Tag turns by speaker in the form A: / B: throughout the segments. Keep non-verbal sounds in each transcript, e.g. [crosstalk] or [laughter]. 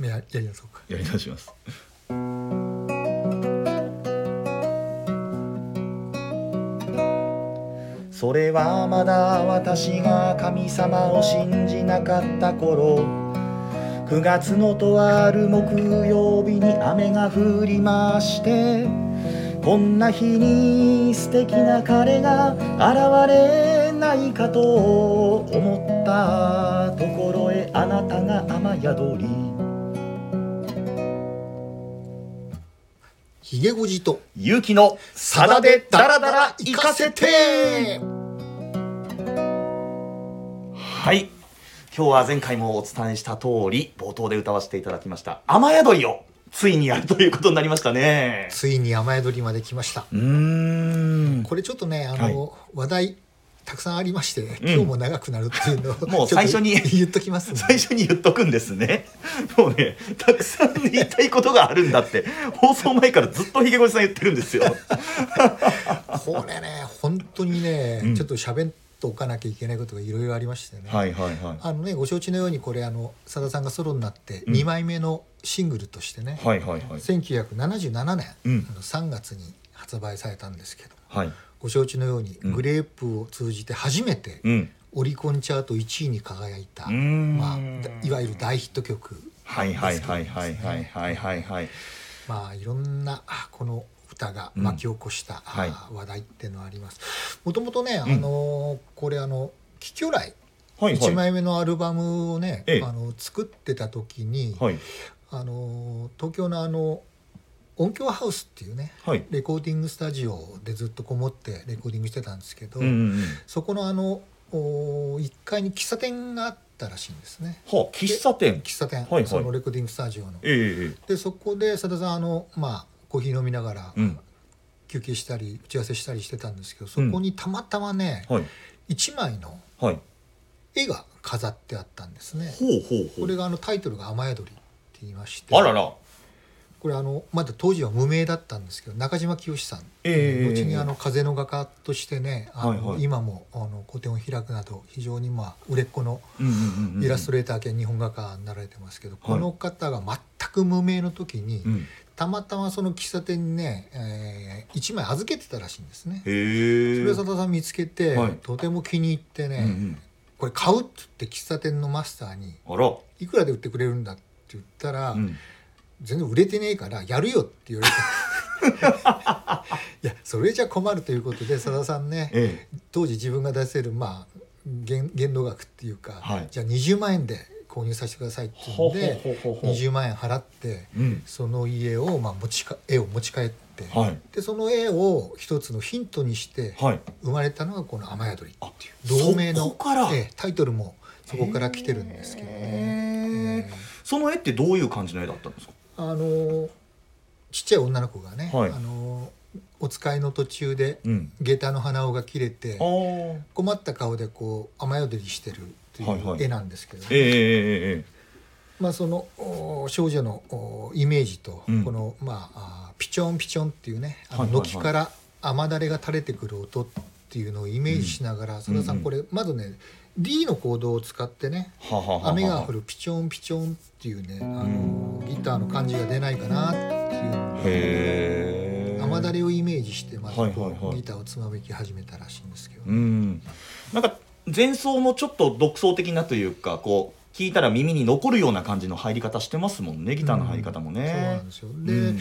A: ややり直そうか
B: やり直しますそれはまだ私が神様を信じなかった頃9月のとある木曜日に雨が降りましてこんな日に素敵な彼が現れないかと思ったところへあなたが雨宿り
A: ひげごじと
B: 勇気のさだでダラダラ行かせてはい今日は前回もお伝えした通り冒頭で歌わせていただきました「雨宿り」をついにやるということになりましたね
A: ついに雨宿りまで来ました
B: うーん
A: これちょっとねあ
B: はい
A: の、話題たくさんありまして今日も長くなるっていうのを、
B: [laughs]
A: [laughs]
B: もう最初に
A: ちょっと言っときますんで
B: 最初に言っとくんですねもうねたくさん言いたいことがあるんだって放送前からずっとひげごじさん言ってるんですよ
A: これね本当にね、
B: うん
A: ちょっと喋っておかなきゃいけないことがいろいろありましてね、
B: いはいは
A: あのねご承知のようにこれあのさださんがソロになって
B: ん
A: 2枚目のシングルとしてね、
B: はいはいはい
A: 1977年、
B: うん
A: あの3月に発売されたんですけど
B: はい
A: ご承知のように、
B: うん
A: グレープを通じて初めて
B: うん
A: オリコンチャート1位に輝いた、
B: うーん
A: まあ、いわゆる大ヒット曲
B: はいはいはいはいはいはいはいはい
A: まあいろんなあこの歌が
B: うん
A: 巻き起こした、
B: はい
A: あ話題っていうのはあります。もともとね、
B: ん
A: あのーこれあの「キキョライ」
B: はい
A: 1枚目のアルバムをね、
B: ええ
A: あの作ってた時に、
B: はい
A: あのー東京のあの音響ハウスっていうね
B: はい
A: レコーディングスタジオでずっとこもってレコーディングしてたんですけど、
B: うんうんうん
A: そこのあのお1階に喫茶店があったらしいんですね
B: はあ、喫茶店
A: 喫茶店、
B: はいはい
A: そのレコーディングスタジオの。
B: ええ
A: でそこでさださんあの、まあ、コーヒー飲みながら
B: ええうん
A: 休憩したり打ち合わせしたりしてたんですけどそこにたまたまね、
B: はい
A: 1枚の
B: はい
A: 絵が飾ってあったんですね。
B: ほうほうほう
A: これがあのタイトルが「雨宿り」って言いまして
B: あらら
A: これあのまだ当時は無名だったんですけど中島清さん、
B: ええ
A: 後にあの風の画家としてねあの、
B: はいはい
A: 今もあの個展を開くなど非常にまあ売れっ子の
B: うんうんうんうん
A: イラストレーター兼日本画家になられてますけど、
B: はい
A: この方が全く無名の時に、
B: うん
A: たまたまその喫茶店にね、えー、1枚預けてたらしいんですね。
B: へえ
A: それを佐田さん見つけて、
B: はい
A: とても気に入ってね、
B: うんうん
A: これ買うっつって喫茶店のマスターに
B: あら
A: 「いくらで売ってくれるんだ」って言ったら、
B: うん
A: 全然売れてねえからやるよって言われて [laughs] いやそれじゃ困るということでさださんね
B: え
A: 当時自分が出せるまあ限限度額っていうか、
B: はい
A: じゃあ20万円で購入させてくださいって
B: え
A: 言うんで
B: ほうほうほうほう
A: 20万円払って
B: うん
A: その家を、まあ、持ちか絵を持ち帰って、
B: はい
A: でその絵を一つのヒントにして
B: はい
A: 生まれたのがこの「雨宿り」
B: あ
A: っていう同名の
B: そこから
A: ええタイトルもそこから来てるんですけどね。
B: ねその絵ってどういう感じの絵だったんですか
A: あのちっちゃい女の子がね、
B: はい
A: あのお使いの途中で
B: うん
A: 下駄の鼻緒が切れて
B: ああ
A: 困った顔でこう雨宿りしてるとい
B: はいは
A: う
B: い
A: 絵なんですけどね、
B: えええええ
A: まあ、そのお少女のおイメージと、
B: うん
A: この、まあ、あーピチョンピチョンっていうねあの
B: はいはいはい
A: 軒から雨だれが垂れてくる音っていうのをイメージしながら、佐田さ
B: う
A: ん
B: んうん
A: これまずね D のコードを使ってね
B: えはははは
A: 雨が降るピチョンピチョンっていうねあのギターの感じが出ないかなっていう
B: へえ
A: 雨だれをイメージしてまず
B: はいはい
A: こ
B: は
A: う
B: い
A: ギターをつまびき始めたらしいんですけど、
B: うん、なんか前奏もちょっと独創的なというかこう聞いたら耳に残るような感じの入り方してますもんねギターの入り方も
A: そうな
B: ね
A: ん。ですよ
B: ん
A: で、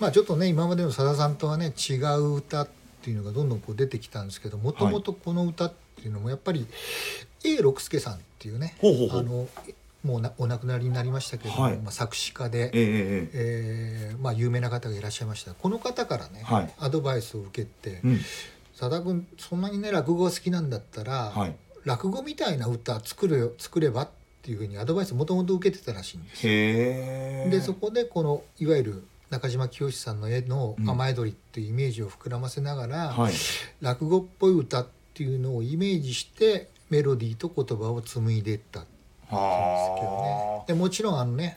A: まあちょっとね今までのさださんとはね違う歌っていうのがどんどんこう出てきたんですけどもともとこの歌っていうのもやっぱり A 六輔さんっていうね
B: ほうほうほう
A: あのもうなお亡くなりになりましたけれども、
B: はい
A: まあ、作詞家で、
B: えええ
A: えーまあ、有名な方がいらっしゃいましたこの方からね、
B: はい
A: アドバイスを受けて
B: えうん
A: 「さだ君そんなにね落語が好きなんだったら、
B: はい、
A: 落語みたいな歌作るよ作れば」っていうふうにアドバイスもともと受けてたらしいんです
B: へえ
A: でそこでこのいわゆる中島清さんの絵の
B: うん
A: 雨宿りっていうイメージを膨らませながら、
B: はい、
A: 落語っぽい歌っていうのをイメージしてメロディーと言葉を紡いでいったんですけどね
B: はあ。
A: でもちろんあのね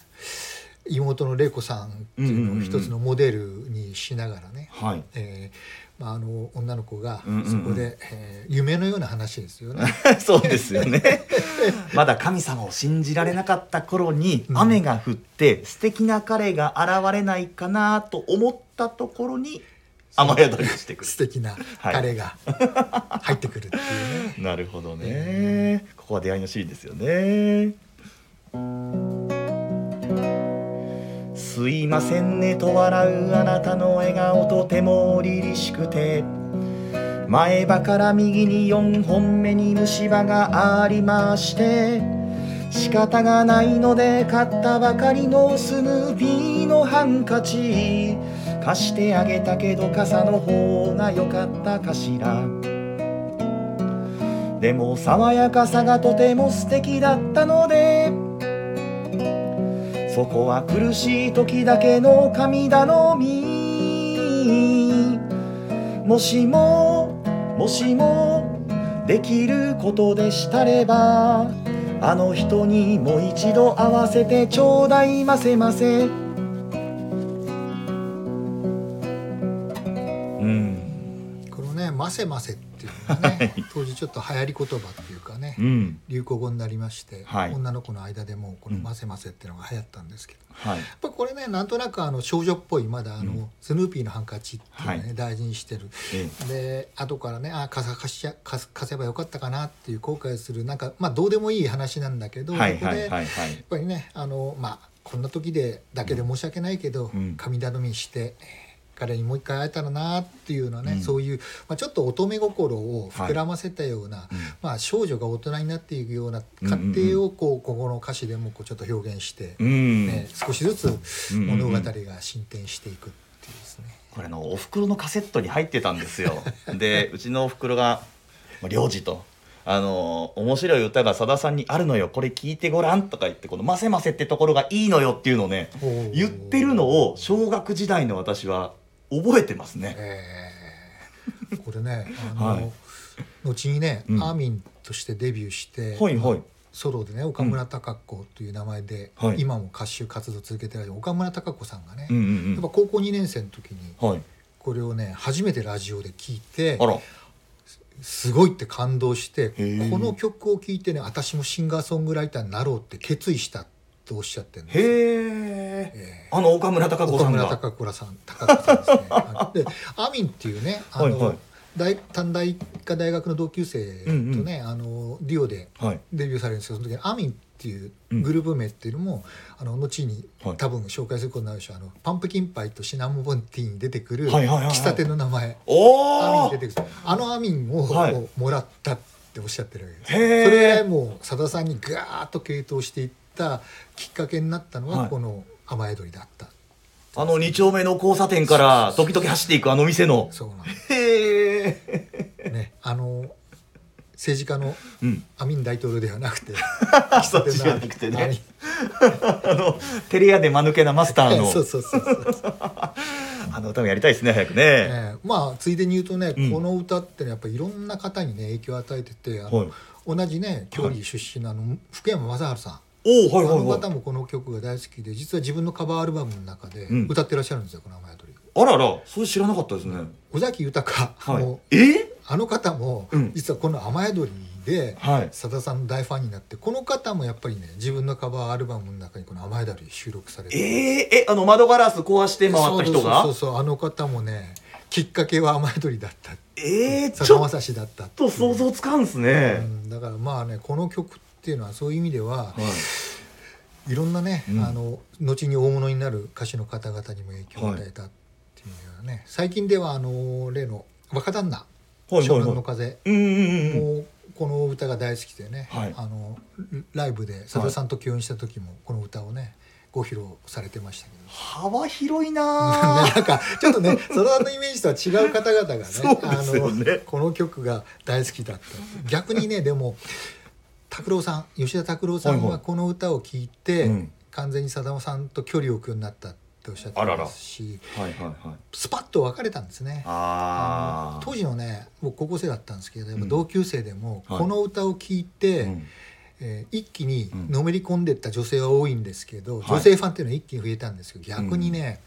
A: 妹の玲子さんっていうのを一つのモデルにしながらね、
B: はい
A: えーまあ、あの女の子が
B: うんうんうん [laughs]
A: そこで、えー夢のような話ですよね。
B: そうですよね。 [laughs] まだ神様を信じられなかった頃に
A: うん
B: 雨が降って素敵な彼が現れないかなと思ったところに雨宿りをしてく
A: 素
B: る。
A: 敵な彼が入ってくるっていうね、
B: [laughs] なるほどね。ここは出会いのシーンですよね。すいませんねと笑うあなたの笑顔とても凛々しくて前歯から右に4本目に虫歯がありまして仕方がないので買ったばかりのスヌーピーのハンカチ貸してあげたけど傘の方が良かったかしらでも爽やかさがとても素敵だったのでそこは苦しい時だけの神頼みもしももしもできることでしたればあの人にもう一度会わせてちょうだいませませうん
A: このね「ませませ」っていうのがね当時ちょっと流行り言葉っていうかね
B: うん
A: 流行語になりまして、
B: はい
A: 女の子の間でもこの
B: う
A: 「
B: ん
A: ませませ」っていうのが流行ったんですけど、
B: はい
A: やっぱこれねなんとなくあの少女っぽいまだあの、
B: うん
A: スヌーピーのハンカチっていうのをね、
B: はい
A: 大事にしてる
B: え
A: で後からねあ貸さ貸しちゃ貸す貸せばよかったかなっていう後悔するなんかまあどうでもいい話なんだけ
B: え
A: ど、
B: はい
A: ここ
B: は
A: で
B: い
A: やっ
B: はいはい
A: ぱりねあのまあこんな時でだけで申し訳ないけど、
B: うん
A: 神頼みして彼にもう一回会えたらなっていうのはね、
B: うん
A: そういう、まあ、ちょっと乙女心を膨らませたような、
B: うん
A: まあ、少女が大人になっていくような過程をこう、ここの歌詞でもこうちょっと表現して、
B: うん、
A: ね、少しずつ
B: うんうんう
A: 物
B: ん
A: 語が進展していくっていうですね。
B: これあのお袋のカセットに入ってたんです
A: [laughs]
B: よでうちのお袋がまあ「領事と」あの「面白い歌がさださんにあるのよこれ聞いてごらん」とか言ってこの「ませませ」ってところがいいのよっていうのをね
A: おー
B: 言ってるのを小学時代の私は覚えてますね
A: えーこれねあの、
B: はい
A: 後にね、
B: うん
A: アーミンとしてデビューして、
B: はいはい
A: ソロでね岡村孝子という名前で、
B: はい
A: 今も歌手活動続けてる岡村孝子さんがね、
B: うん
A: や
B: う
A: っ
B: ん
A: ぱ高校2年生の時に
B: うんはい
A: これをね初めてラジオで聞いて
B: あら
A: すごいって感動して
B: ー
A: この曲を聴いてね私もシンガーソングライターになろうって決意したとおっしゃってるんです
B: へえ
A: え
B: あの岡村孝子
A: 岡
B: さん
A: 村
B: が
A: 孝子さん孝子さんですねあの。
B: [laughs]
A: でアミンっていうねあの、
B: はいはい
A: 大短大か大学の同級生とね、あのデュオで
B: はい
A: デビューされるんですけどその時にアミンっていうグループ名っていうのも、あの後に
B: はい
A: 多分紹介することになるでしょうあのパンプキンパイとシナモンティーに出てくる
B: はいはいはいはい
A: 喫茶店の名前、アミ
B: お
A: ン
B: お
A: 出てくるあのアミンを、
B: はい
A: もうもらったっておっしゃってるわけです
B: へー
A: それ以来もうさださんにガーッと傾倒していったきっかけになったのは、
B: はい
A: この「雨宿り」だった
B: あの2丁目の交差点から時々走っていくあの店の
A: そうなんで
B: へえ
A: すね [laughs] あの政治家の
B: うん
A: アミン大統領ではな
B: [laughs]
A: くて
B: そっちじゃなくて
A: アミ
B: ね
A: ン
B: [laughs] あのテレ屋で間抜けなマスターの
A: [laughs] そうそうそうそう
B: あの歌もやりたいですね早くね、
A: ええまあついでに言うとね、
B: うん
A: この歌ってねやっぱりいろんな方にね影響を与えててあの、
B: はい
A: 同じね郷里出身のあの福山雅治さん、
B: おおはい
A: あの
B: はい
A: 方
B: はい
A: もこの曲が大好きで実は自分のカバーアルバムの中で
B: うん
A: 歌ってらっしゃるんですよ、この「雨宿り
B: あららそれ知らなかったですね」
A: 尾崎豊、
B: はい
A: もう
B: え
A: あの方も、
B: うん
A: 実はこの「雨宿り」で
B: はい
A: さださんの大ファンになってこの方もやっぱりね自分のカバーアルバムの中にこの「雨宿り」収録され
B: えー、
A: て
B: えあの窓ガラス壊して回っ
A: そう
B: た人
A: そうそう
B: が
A: そうあの方もねきっかけは雨宿りだった
B: えー、ち
A: 坂
B: ょっ
A: 正史だったってい
B: と
A: う
B: 想像つかんですね
A: う、ん、だからまあねこの曲っていうのはそういう意味では、
B: はい
A: いろんなね、
B: うん
A: あの後に大物になる歌手の方々にも影響を与えたっていうのはね、最近ではあの例の若旦那
B: はいはい
A: 湘
B: は
A: 南の
B: い
A: 風
B: うんうんうん
A: もうこの歌が大好きでね、
B: はい
A: あのライブでさださんと共演した時もこの歌をねご披露されてましたけど。
B: 幅広い
A: ね、
B: な
A: [laughs]
B: ー
A: なんかちょっとねさださんのイメージとは違う方々がね
B: [laughs] そうですよね
A: あのこの曲が大好きだった逆に
B: [laughs]
A: ねでも拓郎さん吉田拓郎さん
B: はいは
A: はいこの歌を聴いて、
B: うん
A: 完全にさださんと距離を置くようになったっておっしゃって
B: あらら
A: ますし
B: はいはいはい
A: スパッと別れたんですね。
B: あー
A: 当時のね僕高校生だったんですけどやっ
B: う
A: ぱ
B: ん
A: 同級生でも
B: はい
A: この歌を聴いて、
B: うん
A: えー一気に
B: うん
A: のめり込んでった女性は多いんですけど、
B: はい
A: 女性ファンっていうのは一気に増えたんですけど逆にね、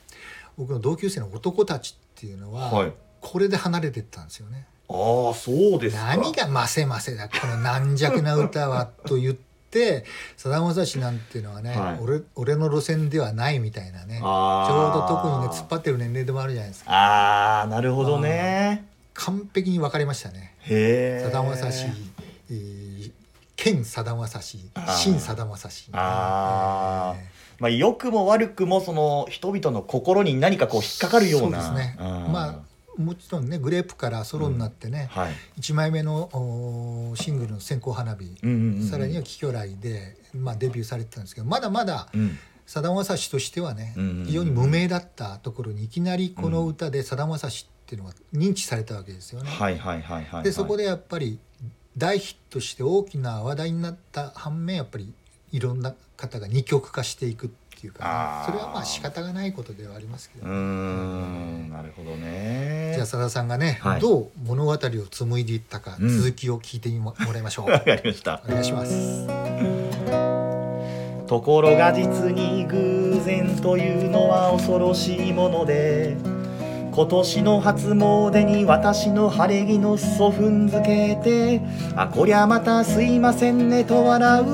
A: 僕の同級生の男たちっていうのは、
B: はい
A: これで離れてったんですよね。
B: ああそうですか
A: 何が「ませませだこの軟弱な歌は」と言っって [laughs] さだまさしなんていうのはね、
B: はい
A: 俺俺の路線ではないみたいなねちょうど
B: あー
A: 特にね突っ張ってる年齢でもあるじゃないですか
B: あーなるほどね
A: 完璧に分かりましたね
B: へえ
A: さだまさし、えー、兼さだまさし
B: あー
A: 新さだまさし
B: あーまあ良くも悪くもその人々の心に何かこう引っかかるような
A: そうですね、
B: うん
A: まあもちろんねグレープからソロになってね、
B: はい
A: 一1枚目のおーシングルの「線香花火」
B: うんうんうんうん
A: さらには「キキョライで」まあ、デビューされてたんですけどまだまだ
B: うん
A: さだまさしとしてはね、
B: うんうんうん
A: 非常に無名だったところにいきなりこの歌でさだまさしっていうのが認知されたわけですよね。
B: はいはいはいはいはい
A: でそこでやっぱり大ヒットして大きな話題になった反面やっぱりいろんな方が二極化していくっていうか
B: あー
A: ね、それはまあ仕方がないことではありますけ
B: う
A: ど、
B: ーんなるほどね
A: じゃあさださんがね、
B: はい
A: どう物語を紡いでいったか、
B: うん
A: 続きを聞いてみももらい
B: [laughs]
A: ましょう
B: わかりました
A: お願いします。
B: ところが実に偶然というのは恐ろしいもので今年の初詣に私の晴れ着の裾踏んづけてあこりゃまたすいませんねと笑う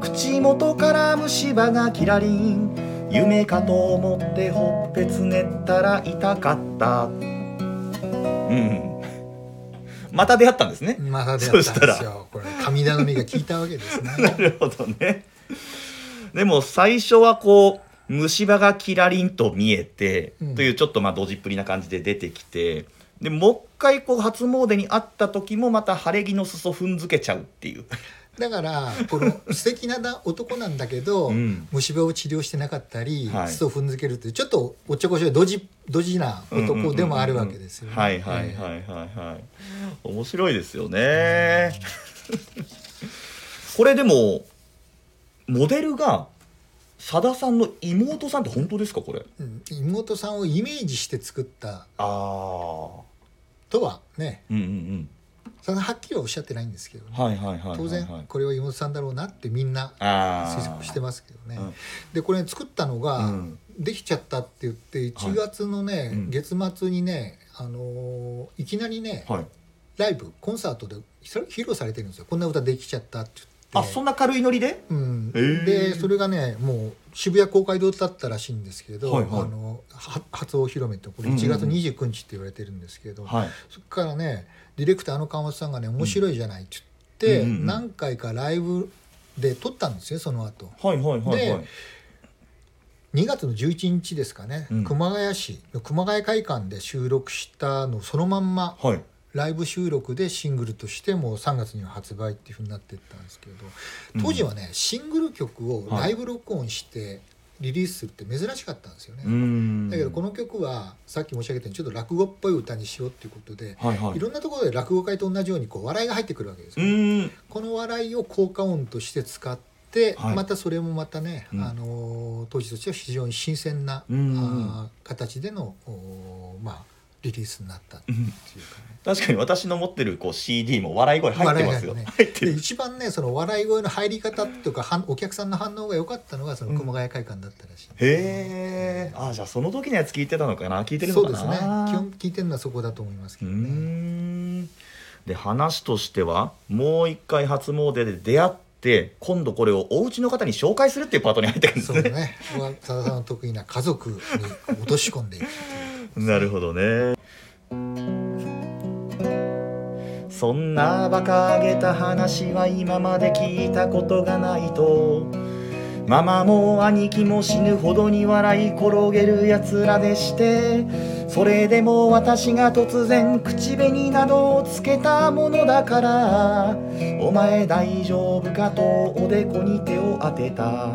B: 口元から虫歯がキラリン夢かと思ってほっぺつねったら痛かったうんまた出会ったんですね
A: まだでや
B: そ
A: っ
B: したた
A: ん
B: ら
A: ですよ。これ神頼みが効いたわけですね。 [laughs]
B: なるほどね。でも最初はこう虫歯がキラリンと見えて、
A: うん
B: というちょっとまあドジっぷりな感じで出てきてでもう一回こう初詣に会った時もまた晴れ着の裾踏んづけちゃうっていう。
A: だからこの素敵なな男なんだけど、
B: うん
A: 虫歯を治療してなかったり
B: はい
A: 巣を踏んづけるというちょっとおっちょこちょいドジドジな男でもあるわけですよね。
B: はいはいはいはいはい。面白いですよね。これでもモデルがさださんの妹さんって本当ですかこれ。
A: うん妹さんをイメージして作った
B: ああ。
A: とはね
B: うんうん
A: そのはっきりはおっしゃってないんですけど、
B: うん。
A: ね、
B: はいはいはいはい、はい。
A: 当然これは妹さんだろうなってみんな
B: あ
A: 推
B: ー
A: 測してますけどね
B: うん。
A: でこれ作ったのが、
B: うん
A: できちゃったって言って1月のね、
B: うん
A: 月末にね、あのーいきなりね、
B: はい、
A: ライブコンサートでそれ披露されてるんですよこんな歌できちゃったって言
B: あ
A: って
B: そんな軽いノリで
A: うん
B: へー
A: でそれがねもう渋谷公会堂だったらしいんですけど、
B: はいはい
A: あのは初お披露目ってこれ
B: うんうん
A: 1月29日って言われてるんですけど、
B: はい
A: そこからねディレクターの川本さんがね面白いじゃないって言って、
B: うんうんうん
A: 何回かライブで撮ったんですよその後
B: はいはいはいはい
A: で2月の11日ですかね、
B: うん
A: 熊谷市の熊谷会館で収録したのそのまんま
B: はい
A: ライブ収録でシングルとしてもう3月には発売っていうふうになってったんですけれど当時はね、シングル曲をライブ録音してリリースするって珍しかったんですよね、
B: うーん
A: だけどこの曲はさっき申し上げたようにちょっと落語っぽい歌にしようっていうことで、
B: はいはい
A: い、ろんなところで落語界と同じようにこう笑いが入ってくるわけです
B: う
A: よ、
B: ーん [laughs]
A: この笑いを効果音として使って、
B: はい
A: またそれもまたね、
B: うん
A: あのー当時としては非常に新鮮な、
B: うんうんうん
A: あー形でのおーまあリリースになったっていうかね、
B: 確かに私の持ってるこう CD も笑い声入ってますよ、
A: 笑い声ね
B: 入って
A: で
B: る
A: 一番ねその笑い声の入り方っていうかはんお客さんの反応が良かったのがその熊谷会館だったらしい、
B: へえあじゃあその時のやつ聞いてたのかな聞いてるの
A: そ
B: か
A: うで
B: な
A: すね基本聞いてるのはそこだと思います
B: う
A: け
B: ー
A: どね
B: んで話としてはもう一回初詣で出会って今度これをお家の方に紹介するっていうパートに入ってくるんです
A: そ
B: ね
A: うねここはさださんの得意な家族に落とし込んでいく
B: [laughs] なるほどね。そんな馬鹿げた話は今まで聞いたことがないとママも兄貴も死ぬほどに笑い転げるやつらでしてそれでも私が突然口紅などをつけたものだからお前大丈夫かとおでこに手を当てた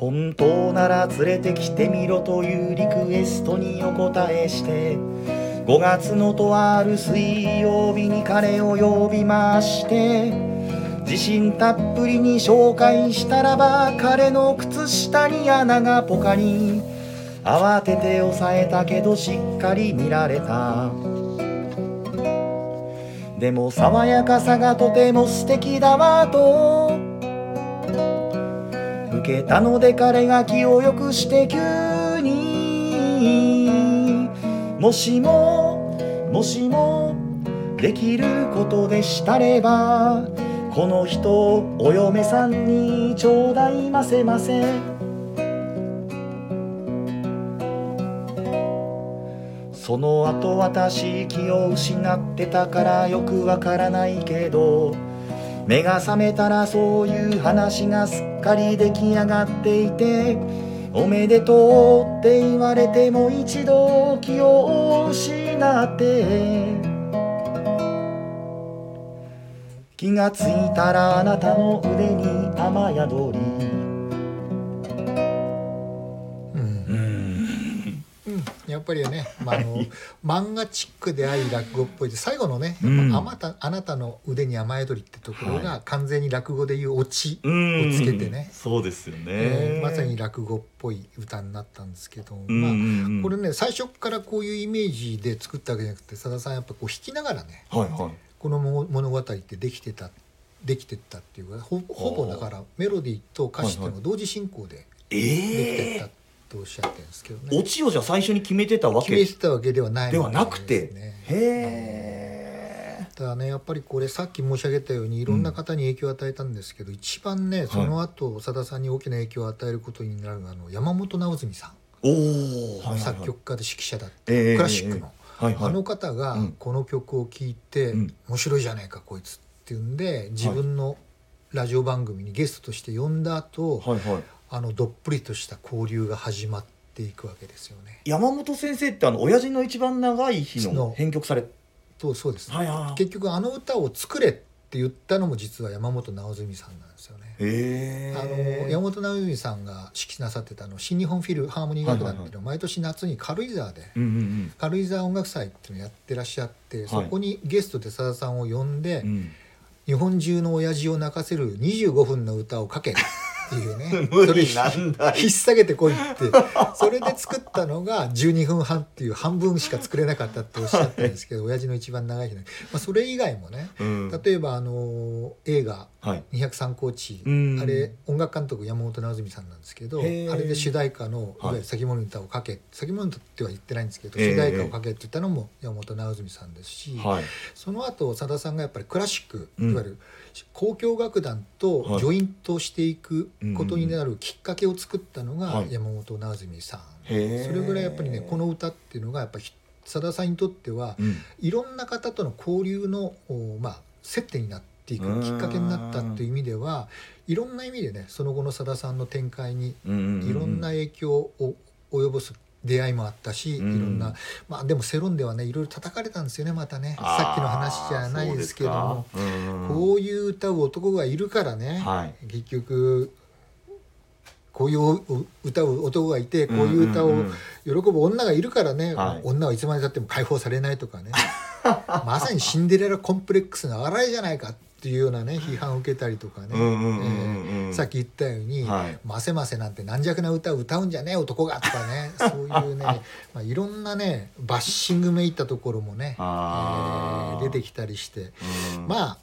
B: 本当なら連れてきてみろというリクエストにお答えして5月のとある水曜日に彼を呼びまして自信たっぷりに紹介したらば彼の靴下に穴がポカリ慌てて押さえたけどしっかり見られたでも爽やかさがとても素敵だわと受けたので彼が気をよくして急にもしももしもできることでしたればこの人お嫁さんにちょうだいませませその後私気を失ってたからよくわからないけど目が覚めたらそういう話がすっかり出来上がっていておめでとうって言われても一度気を失って気がついたらあなたの腕に雨宿り
A: うんうん、やっぱりね、まあ、あの、漫画チックであり落語っぽいで最後のね「
B: うん
A: あまたあなたの腕に甘えどり」ってところ
C: は
A: が完全に落語でいうオチ、
C: うん
A: をつけてね
C: そうですよね、
A: えーまさに落語っぽい歌になったんですけど、
C: うん
A: ま
C: うんう
A: あ、
C: ん
A: これね最初からこういうイメージで作ったわけじゃなくてさださんやっぱこう弾きながらね
C: はいはい
A: このも物語ってできてたできてったっていうかほほぼだからメロディーと歌詞っていうのが同時進行でできて
C: え
A: った
C: え
A: とおっしゃってるんですけどね。
C: オチをじゃあ最初に決めてたわ
A: 決め
C: け
A: てたわけではない
C: ではなくて
A: みたいですね
C: へえ
A: ただねやっぱりこれさっき申し上げたようにいろんな方に影響を与えたんですけど、一番ねその後、さださんに大きな影響を与えることになるのはあの山本直純さん、
C: おお、はいはいはい
A: 作曲家で指揮者だった、
C: ええ
A: クラシックの、
C: はいはい
A: あの方が
C: うん
A: この曲を聴いて、
C: うん
A: 面白いじゃないかこいつっていうんで自分のラジオ番組にゲストとして呼んだ後、
C: はいはい
A: あのどっぷりとした交流が始まっていくわけですよね。
C: 山本先生ってあの親父の一番長い日の
A: の
C: 編曲され
A: とそうですね、
C: はいはいはい
A: 結局あの歌を作れって言ったのも実は山本直純さんなんですよね。
C: へ
A: あの
C: え
A: 山本直純さんが指揮なさってたあの新日本フィルハーモニー楽団っていうのは毎年夏に軽井沢で
C: うんうん
A: 軽井沢音楽祭っていうのをやってらっしゃって、
C: い
A: そこにゲストでさださんを呼んで、
C: うんうん
A: 日本中の親父を泣かせる25分の歌を書けっていうね
C: [laughs] 無
A: それ
C: 理なんだ
A: [laughs] 引っ提げてこい
C: [laughs]
A: ってそれで作ったのが12分半っていう半分しか作れなかったっておっしゃったんですけど、親父の一番長い日の、まあ、それ以外もね
C: うん
A: 例えばあの映画
C: はい
A: 203高地、
C: うん
A: あれ音楽監督山本直純さんなんですけどあ
C: へー
A: れで主題歌のい
C: はい
A: わゆる先物歌をかけ、先物歌っては言ってないんですけど、
C: ええ
A: 主題歌をかけって言ったのも山本直純さんですし、
C: はい
A: その後さださんがやっぱりクラシック、
C: うん
A: いわゆる交響楽団
C: は
A: と
C: い
A: ジョイントしていくことになるきっかけを作ったの
C: は
A: が
C: い
A: 山本直純さん、
C: へえ
A: それぐらいやっぱりねこの歌っていうのがやっぱりさださんにとっては
C: うん
A: いろんな方との交流の、おまあ、接点になっていくきっかけになったという意味ではいろんな意味でねその後のさださんの展開に
C: うんうんうん
A: いろんな影響を及ぼす出会いもあったし、
C: うん
A: いろんなまあでも世論ではねいろいろ叩かれたんですよねまたね
C: あー
A: さっきの話じゃないですけども
C: そうですかうん
A: こういう歌う男がいるからね、
C: はい
A: 結局こういう歌う男がいてこういう歌を
C: うんうんうん
A: 喜ぶ女がいるからね、
C: はい
A: 女はいつまでたっても解放されないとかね [laughs] まさにシンデレラコンプレックスのあらいじゃないかっていうよう
C: [laughs]
A: なね批判を受けたりとかね、
C: うんうんうんうん
A: えーさっき言ったように「
C: はい
A: ませませなんて軟弱な歌を歌うんじゃねえ男が」と
C: [laughs]
A: かねそういうね、まあ、いろんなねバッシングめいたところもね、え
C: あー
A: ー出てきたりして。
C: うん
A: まあ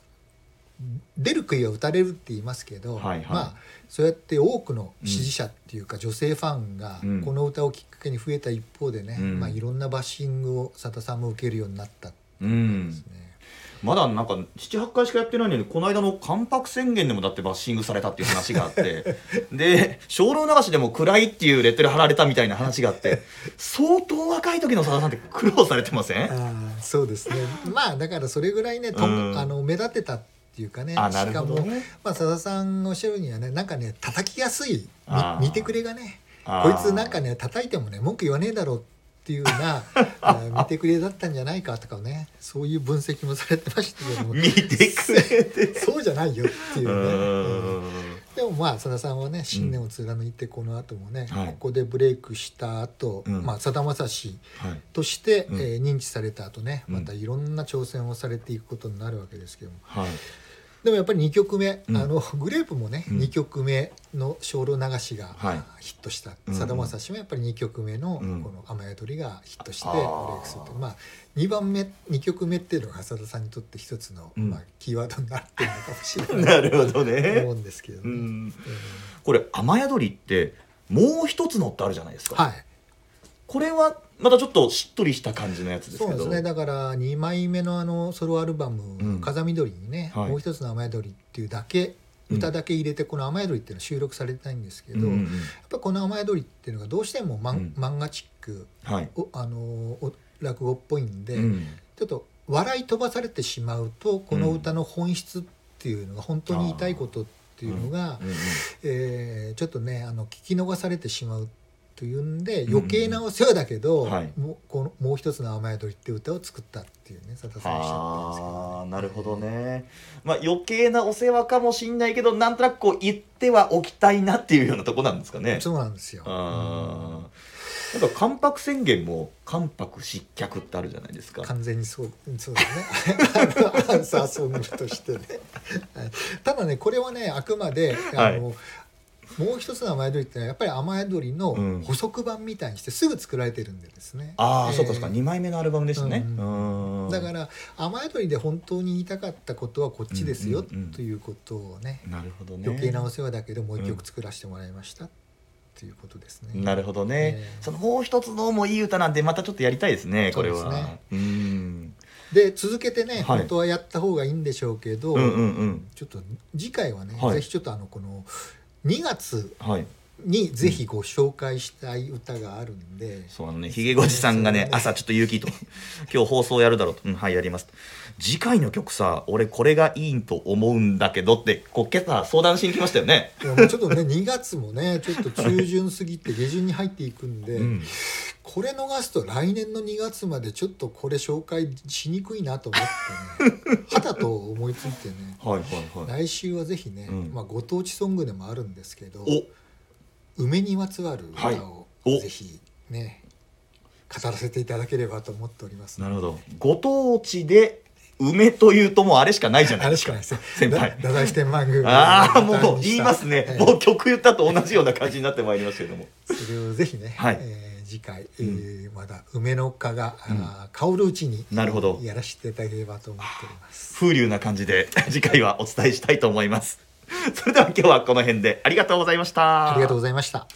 A: 出る杭は打たれるって言いますけど、
C: はいはい
A: まあ、そうやって多くの支持者っていうか女性ファンが
C: うん
A: この歌をきっかけに増えた一方でね、
C: うん
A: まあ、いろんなバッシングをさださんも受けるようになったって
C: う
A: で
C: ん
A: すね。
C: まだなんか78回しかやってないのにこの間の関白宣言でもだってバッシングされたっていう話があって
A: [laughs]
C: で「精霊流し」でも暗いっていうレッテル貼られたみたいな話があって相当若い時のさださんって苦労されてません
A: あーそうですねまあだからそれぐらいね、と
C: うん
A: あの目立てたっていうかね
C: あな
A: し
C: る
A: か
C: ほ
A: も
C: どね
A: まあ、さださんがおっしゃるにはねなんかね叩きやすいみ
C: あー
A: 見てくれがね
C: あ
A: こい
C: ー
A: つなんかね叩いてもね文句言わねえだろうっていうよう
C: [laughs]
A: なあー見てくれだったんじゃないかとかねそういう分析もされてましたけども
C: 見てくれて
A: そうじゃないよっていううね。うん
C: ん
A: でもまあさださんはね信念を貫いてこの後もね、
C: はい
A: ここでブレイクした後、
C: うん
A: まあさだまさし
C: はい
A: として、
C: うん
A: えー認知された後ね
C: うん
A: またいろんな挑戦をされていくことになるわけですけども、
C: はい
A: でもやっぱり2曲目、
C: うん
A: あの [laughs] グレープもね、
C: うん
A: 2曲目の「精霊流し」が
C: はい
A: ヒットした
C: うん
A: さだまさしもやっぱり2曲目の「こ
C: うん
A: の雨宿り」がヒットして
C: あ
A: ブ
C: ー
A: レイクするとまあ2番目2曲目っていうのがさださんにとって一つの、
C: うん
A: まあ、キーワードになってるのかもしれない
C: [laughs] なるほど
A: と
C: ね
A: 思、うんですけど
C: う
A: ね。
C: ん、
A: えー
C: これ雨宿りってもう一つのってあるじゃないですか、
A: はい
B: これはまたちょっとしっとりした感じのやつです
A: そう
B: け
A: で
B: ど
A: すねだから2枚目のあのソロアルバム「
B: うん
A: 風見鶏」にね、
B: はい
A: もう一つの「雨宿り」っていうだけ
B: うん
A: 歌だけ入れて、この「雨宿り」っていうのは収録されてないんですけ
B: う
A: ど、
B: んうんう
A: やっ
B: ん
A: ぱこの「雨宿り」っていうのがどうしてもマン、
B: う
A: 漫画チック
B: はい、
A: おあのお落語っぽいんで、
B: うん
A: ちょっと笑い飛ばされてしまうとこの歌の本質っていうのが本当に言いたいことっていうのが、
B: うんうん
A: えーちょっとねあの聞き逃されてしまうというんで
B: うん
A: 余計なお世話だけど、
B: はい
A: もうこのもう一つの「雨宿り」って歌を作ったっていうねさださんおっしゃって
B: あーなるほどね、まあ、余計なお世話かもしんないけどなんとなくこう言ってはおきたいなっていうようなとこなんですか
A: たん
B: ね
A: ですけどそうなんですよ。
B: あーなんか関白宣言も関白失脚ってあるじゃないですか
A: 完全にそうそうだね [laughs] あのアンサーソングとしてねはいただねこれはねあくまであの、もう一つの雨宿りってのはやっぱり雨宿りの
B: うん
A: 補足版みたいにしてすぐ作られてるんでですね、
B: ああ、
A: えー
B: そうかそうか2枚目のアルバムでしたね、
A: う
B: うん
A: だから雨宿りで本当に言いたかったことはこっちですよ、
B: うんうんうん
A: ということをね
B: なるほどね
A: 余計なお世話だけどもう一曲作らせてもらいましたっていうことですね、
B: なるほどね、
A: えー
B: そのもう一つのもいい歌なんでまたちょっとやりたいですねこれは
A: そうですね
B: うん
A: で続けてね、
B: はい
A: 本当はやった方がいいんでしょうけど、
B: うんうんうん
A: ちょっと次回はね、
B: はい
A: ぜひちょっとあのこの2月
B: はい
A: にぜひご紹介したい歌があるんで、
B: そうあのね、ひげごじさんがね、朝ちょっと勇気と、今日放送やるだろうと、うん、はい、やりますと。次回の曲さ、俺これがいいと思うんだけどって、こう今朝相談しに来ましたよね。
A: いやもうちょっとね2月もねちょっと中旬過ぎて下旬に入っていくんで、
B: うん
A: これ逃すと来年の2月までちょっとこれ紹介しにくいなと思ってね [laughs] はたと思いついてね
B: はいはいい。
A: 来週はぜひね、
B: うん
A: まあ、ご当地ソングでもあるんですけど
B: お
A: 梅にまつわる歌を
B: はいお
A: ぜひね、語らせていただければと思っております
B: なるほど。ご当地で梅というともうあれしかないじゃない
A: あ
B: で
A: れ
B: す
A: し
B: か。
A: かないですね。
B: 先輩
A: だ太宰府天満宮。
B: ああ、もう言います
A: ええ
B: ね。もう曲言ったと同じような感じになってまいりましたけども。
A: それをぜひね、
B: はい
A: えー次回、えーまだ梅の花が、あー香るうちに
B: なるほど
A: やらせていただければと思っております。
B: 風流な感じで、次回はお伝えしたいと思います。それでは今日はこの辺でありがとうございました。
A: ありがとうございました。